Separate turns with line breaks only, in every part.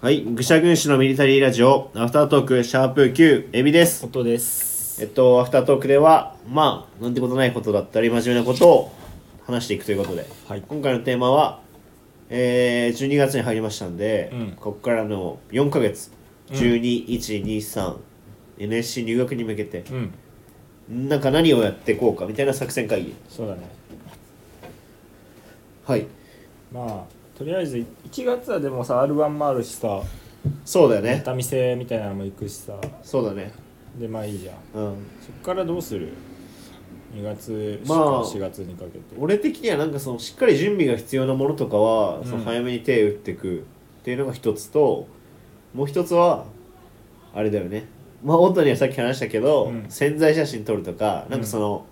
はい、愚者軍師のミリタリーラジオ、アフタートーク、シャープ9、エビです。
ことです
えっと、アフタートークでは、まあ、なんてことないことだったり、真面目なことを話していくということで、
はい
今回のテーマは、えー、12月に入りましたんで、
うん
ここからの4ヶ月、12、1、2、3、NSC 入学に向けて、
うん
なんか何をやっていこうかみたいな作戦会議。
そうだね
はい。
まあとりあえず1月はでもさ R1 もあるしさ
そうだよ
ネ
ね。
タ見せみたいなのも行くしさ
そうだね。
でまあいいじゃん
うん。
そっからどうする2月
まあ
4月にかけて
俺的にはなんかそのしっかり準備が必要なものとかは、
ん
その早めに手を打っていくっていうのが一つともう一つはあれだよねまあ音にはさっき話したけど、
うん
潜在写真撮るとかなんか
うん
その、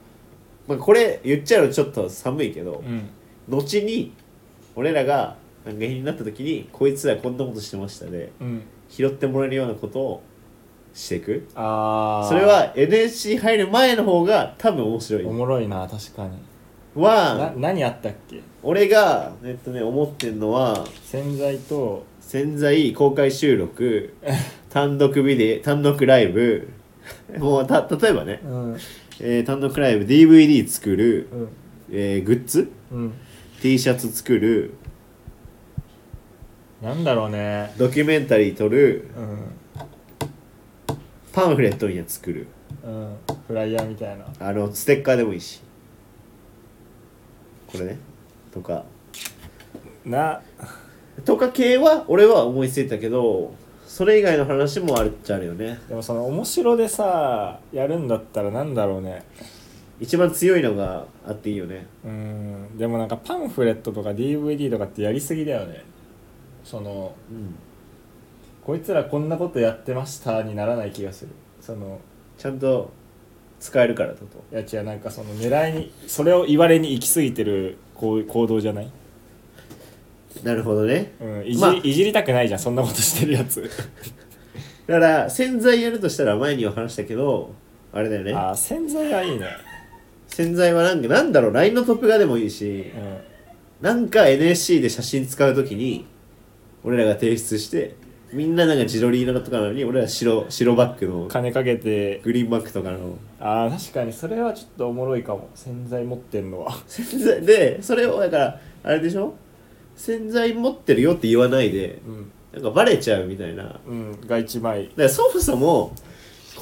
まあ、これ言っちゃうのちょっと寒いけど、
うん
後に俺らがなんか芸人になった時にこいつらこんなことしてましたで
うん
拾ってもらえるようなことをしていく
ああ
それは NSC 入る前の方が多分面白い
おもろいな確かに
は
な何あったっけ
俺が、えっとね、思ってんのは
洗剤と
潜在公開収録単独ビデオ単独ライブもうた例えばね、
うんうん
えー単独ライブ DVD 作る、えーグッズ
うん
T シャツ作る
なんだろうね
ドキュメンタリー撮る
うん
パンフレットには作る
うんフライヤーみたいな
あのステッカーでもいいしこれねとか
な
とか系は俺は思いついたけどそれ以外の話もあるっちゃあるよね
でもその面白でさやるんだったらなんだろうね
一番強いのがあっていいよね
うんでもなんかパンフレットとか DVD とかってやりすぎだよねその
うん
こいつらこんなことやってましたにならない気がするその
ちゃんと使えるからってこと
いや違うなんかその狙いにそれを言われに行き過ぎてるこう行動じゃない、
なるほどね
うんいじり
まあ
いじりたくないじゃんそんなことしてるやつ
だから洗剤やるとしたら前には話したけどあれだよね
ああ洗剤はいいね、
洗剤はなんかなんだろう LINE のトップがでもいいし
うん、
なんか NSC で写真使う時に俺らが提出してみんななんか自撮り色とかなのに俺ら白白バッグの
金かけて
グリーンバッグとかの
ああ確かにそれはちょっとおもろいかも洗剤持ってんのは
洗剤でそれをだからあれでしょ洗剤持ってるよって言わないで
うん、
なんかバレちゃうみたいな
うん、が一枚
だからそもそも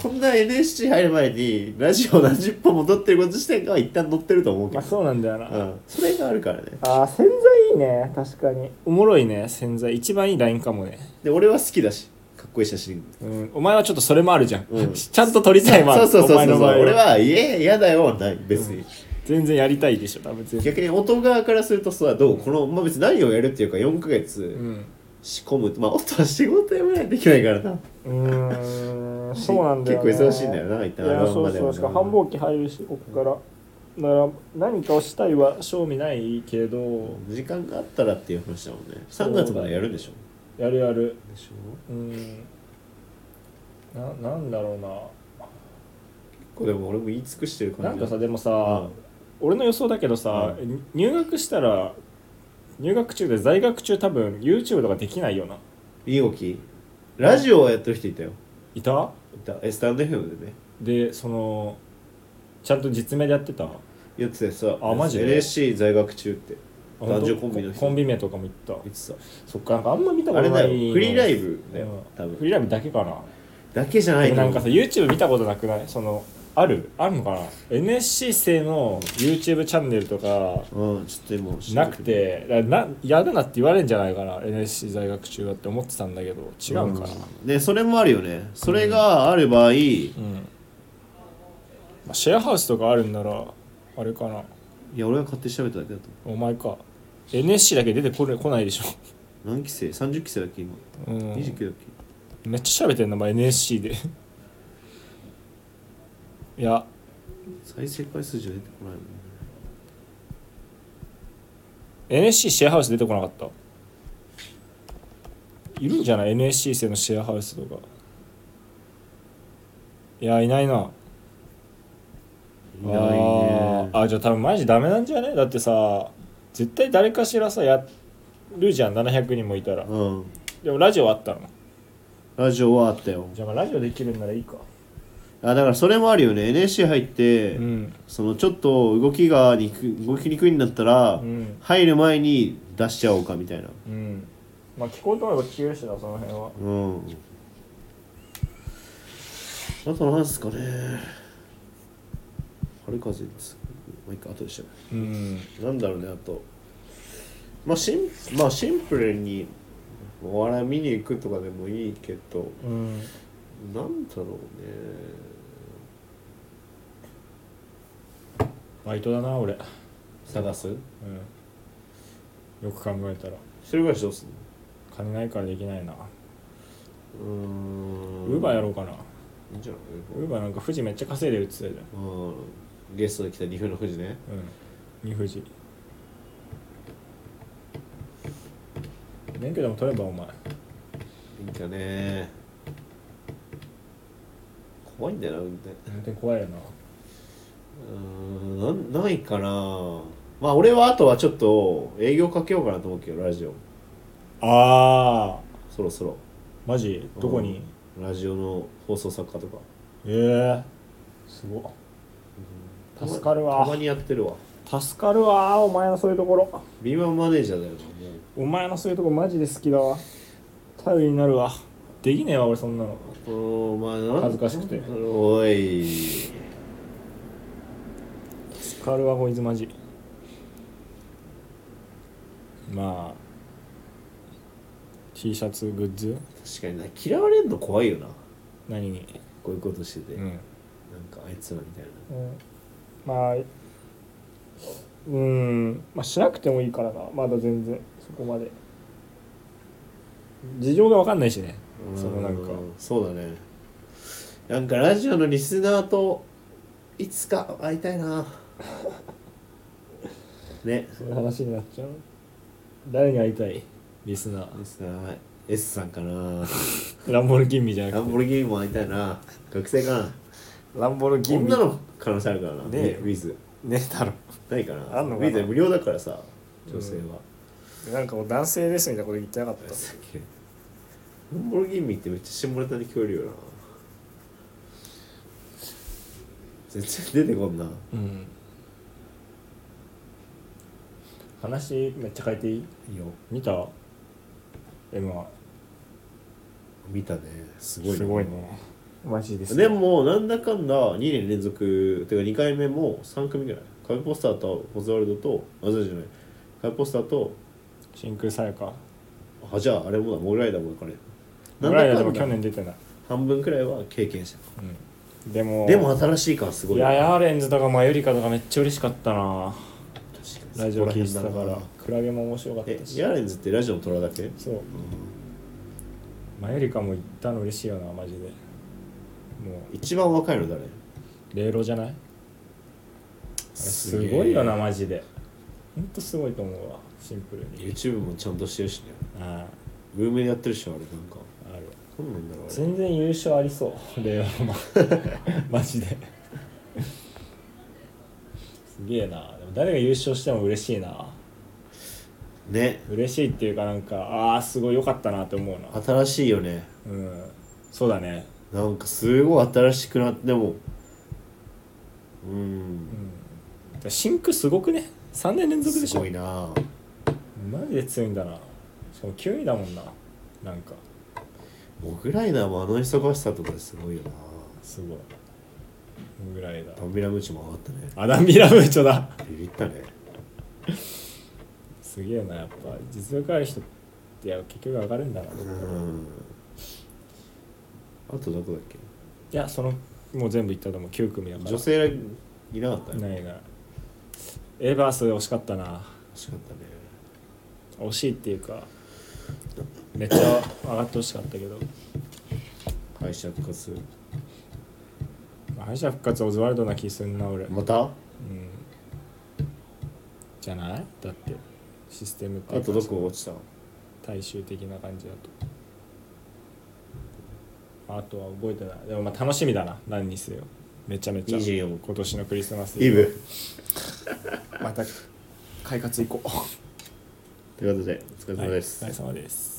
こんな NSC 入る前にラジオ何十本も撮ってること自体が一旦載ってると思うけ
ま
ど、
あそうなんだよな、
うん、それがあるからね
あー洗剤いいね確かにおもろいね洗剤一番いいラインかもね、
で俺は好きだしかっこいい写真
うん、お前はちょっとそれもあるじゃん、
うん
ちゃんと撮りたい もあ
そう
る
そうそ
お
うそう
前の場合
俺はいえ嫌だよはない別に、
全然やりたいでしょ多分全然
逆に音側からするとさどうこの、まあ、別に何をやるっていうか4ヶ
う
月
ん
仕込むまあ音は仕事辞めないといけないからな
うーんそうなんだよ、ね、
結構忙しいんだよな一旦
い
ア
や
ルバム
そ
ま
う
で
そ
は
うしかも繁忙期入るしここからだから何かをしたいは賞味ないけど
時間があったらっていう話だもんね3月までやるんでしょ
やるやる
でしょ
うんななんだろうな
これも俺も言い尽くしてる感じ
なんかさでも
う
さ
ん、
俺の予想だけどさ、
う
入学したら入学中で在学中多分 YouTube とかできないよな
いいおきラジオはやってる人いたよ
いた
いたえスタンド FM でね
でそのちゃんと実名でやってた
やっててさ
あマジで
NSC 在学中って男女コンビの人
コンビ名とかも言った
言って
そっかなんかあんま見た
た
こ
あ
と
れ
な
だ
い
よフリーライブだ
う
よ
ん
多
フ
分
リーライブだけかな
だけじゃな
で
い
も
と
な
思
ん
う
かさ YouTube 見たことなくないそのあるあるのかな NSC 生の YouTube チャンネルとか
うんちょっと今
なくてだなやるなって言われるんじゃないかな NSC 在学中はって思ってたんだけど違うのかな
でそれもあるよねそれがある場合い
うん、まあシェアハウスとかあるんならあれかな
や俺が勝手に調べただけだと
お前か NSC だけ出てこれこないでしょ、
思う何期生30期生だっけ今
うん、
29だっ
めっちゃ喋ってんな、ま NSC で いや
け再生回数じゃ出てこないもんね
NSC シェアハウス出てこなかったいるんじゃない NSC 生のシェアハウスとかいやいないない
ないね
あーあじゃあ多分マジダメなんじゃねだってさ絶対誰かしらさやるじゃん700人もいたら
うん
でもラジオあったの
ラジオはあったよ
じゃあまあラジオできるんならいいか
あだからそれもあるよね NSC 入って、
うん
そのちょっと動きがにく動きにくいんだったら、
うん
入る前に出しちゃおうかみたいな
うんまあ聞こうと思えば聞けるしなその辺は
うんあとなんすかね春風ですまあいいか後でしょ
うん
なんだろうねあとまあシン,、まあ、シンプルにお笑い見に行くとかでもいいけど
うん
なんだろうね
バイトだな俺うん
探す
よく考えたら
一人暮らしどうすんの
金ないからできないな
うー
ウ
ん
ーバーやろうかない
いんじゃない
ウーバーなんか富士めっちゃ稼いでるって言ってた
うんゲストで来た二分の富士ね
じゃんうん二富士免許でも取ればお前
いいかね怖いんだよな運転う
運転怖いよな
ーんなんないかなまあ俺はあとはちょっと営業かけようかなと思うけどラジオ
ああ
そろそろ
マジどこに
うんラジオの放送作家とか
ええすごっ助かる
たま
わ
にやってるわ
助かるわお前のそういうところ
敏腕マネージャーだよなも
お前のそういうとこマジで好きだわ頼りになるわできねえわ俺そんなの
うおーまあ
恥ずかしくて
おい
助かるわこいつマジまあ T シャツグッズ
確かにな嫌われんの怖いよな
何に
こういうことしてて、
う
なん
ん、
かあいつらみたいな
まあうんまあしなくてもいいからなまだ全然そこまで事情が分かんないしねそのなんか
うんそうだねなんかラジオのリスナーといつか会いたい なね
そういう話になっちゃう誰に会いたいリスナー
リスナー S さんか な
ランボルギーニじゃ
ラ
なく
ン
て
ボルギーニも会いたいな学生かな
ランボルギ
女の可能性あるからな、
ねえ
ウィズ
ねだろ
ないかな
あんのかな
ウィズは無料だからさ女性は、
なんか男性ですみたいなこと言ってなかっ
さっきランボルギーニってめっちゃ下ネタに聞こえるよな全然出てこんな
うん話めっちゃ変えていい
いいよ
見た M は
見たねすごいな
ねマジです
でもなんだかんだ2年連続てか2回目も3組ぐらいカビポスターとオズワルドとあそうじゃないカビポスターと
真空さやか
あじゃああれもだモグライダーもだからねな
ぐ
ん
らい
だ
で
か
も
んだ
去年出てない、
半分くらいは経験者
うん、でも
でも新しい感すごい
い
よ
やヤーレンズとかマユリカとかめっちゃ嬉しかったな
確かに
ラジオ聞いて
そ
た
こ
から
辺だ
ら
な
クラゲも面白かっ
え
たし
ヤーレンズってラジオの虎だけ
そうマユリカも行ったの嬉しいよなマジでも
一番若いの誰
う霊老じゃない
げ
す
え
ごいよなマジでほんとすごいと思うわシンプルに
YouTube もちゃんとしてるしね
あ
有名でやってるっしょあれなんか
あある
どうなんだろうあれ
全然優勝ありそう 令和ロマンマジですげえなでも誰が優勝しても嬉しいな
ね
嬉しいっていうかなんかああすごい良かったなって思うな
新しいよね
うんそうだね
なんかすごい新しくなってでもう
うんん真空すごくね3年連続でし
す
ょ
ごいな
マジで強いんだなしかも9位だもんななんか
モグライダーもあの忙しさとかすごいよな
すごいぐらいだ
ダンビラムチも上がったね
アダミラムーチョだ
ビビったね
すげえなやっぱ実力ある人っていや結局上がるんだな
うんあとどこだっけ
いやそのもう全部言ったと思う9組だから
女性らいなかったね
ないないエバース惜しかったな
欲しかったね
惜しいっていうかめっちゃ上がってほしかったけど
敗者復活
敗者復活オズワルドな気すんな俺、うん、
また
じゃないだってシステムってい
あ
うか
とどこ落ちた
大衆的な感じだとあとは覚えてないでもまあ楽しみだな何にせよめちゃめちゃ
24
今年のクリスマス
イブ
また快活行こう
ということでお疲れ様です、
はい、お疲れ様です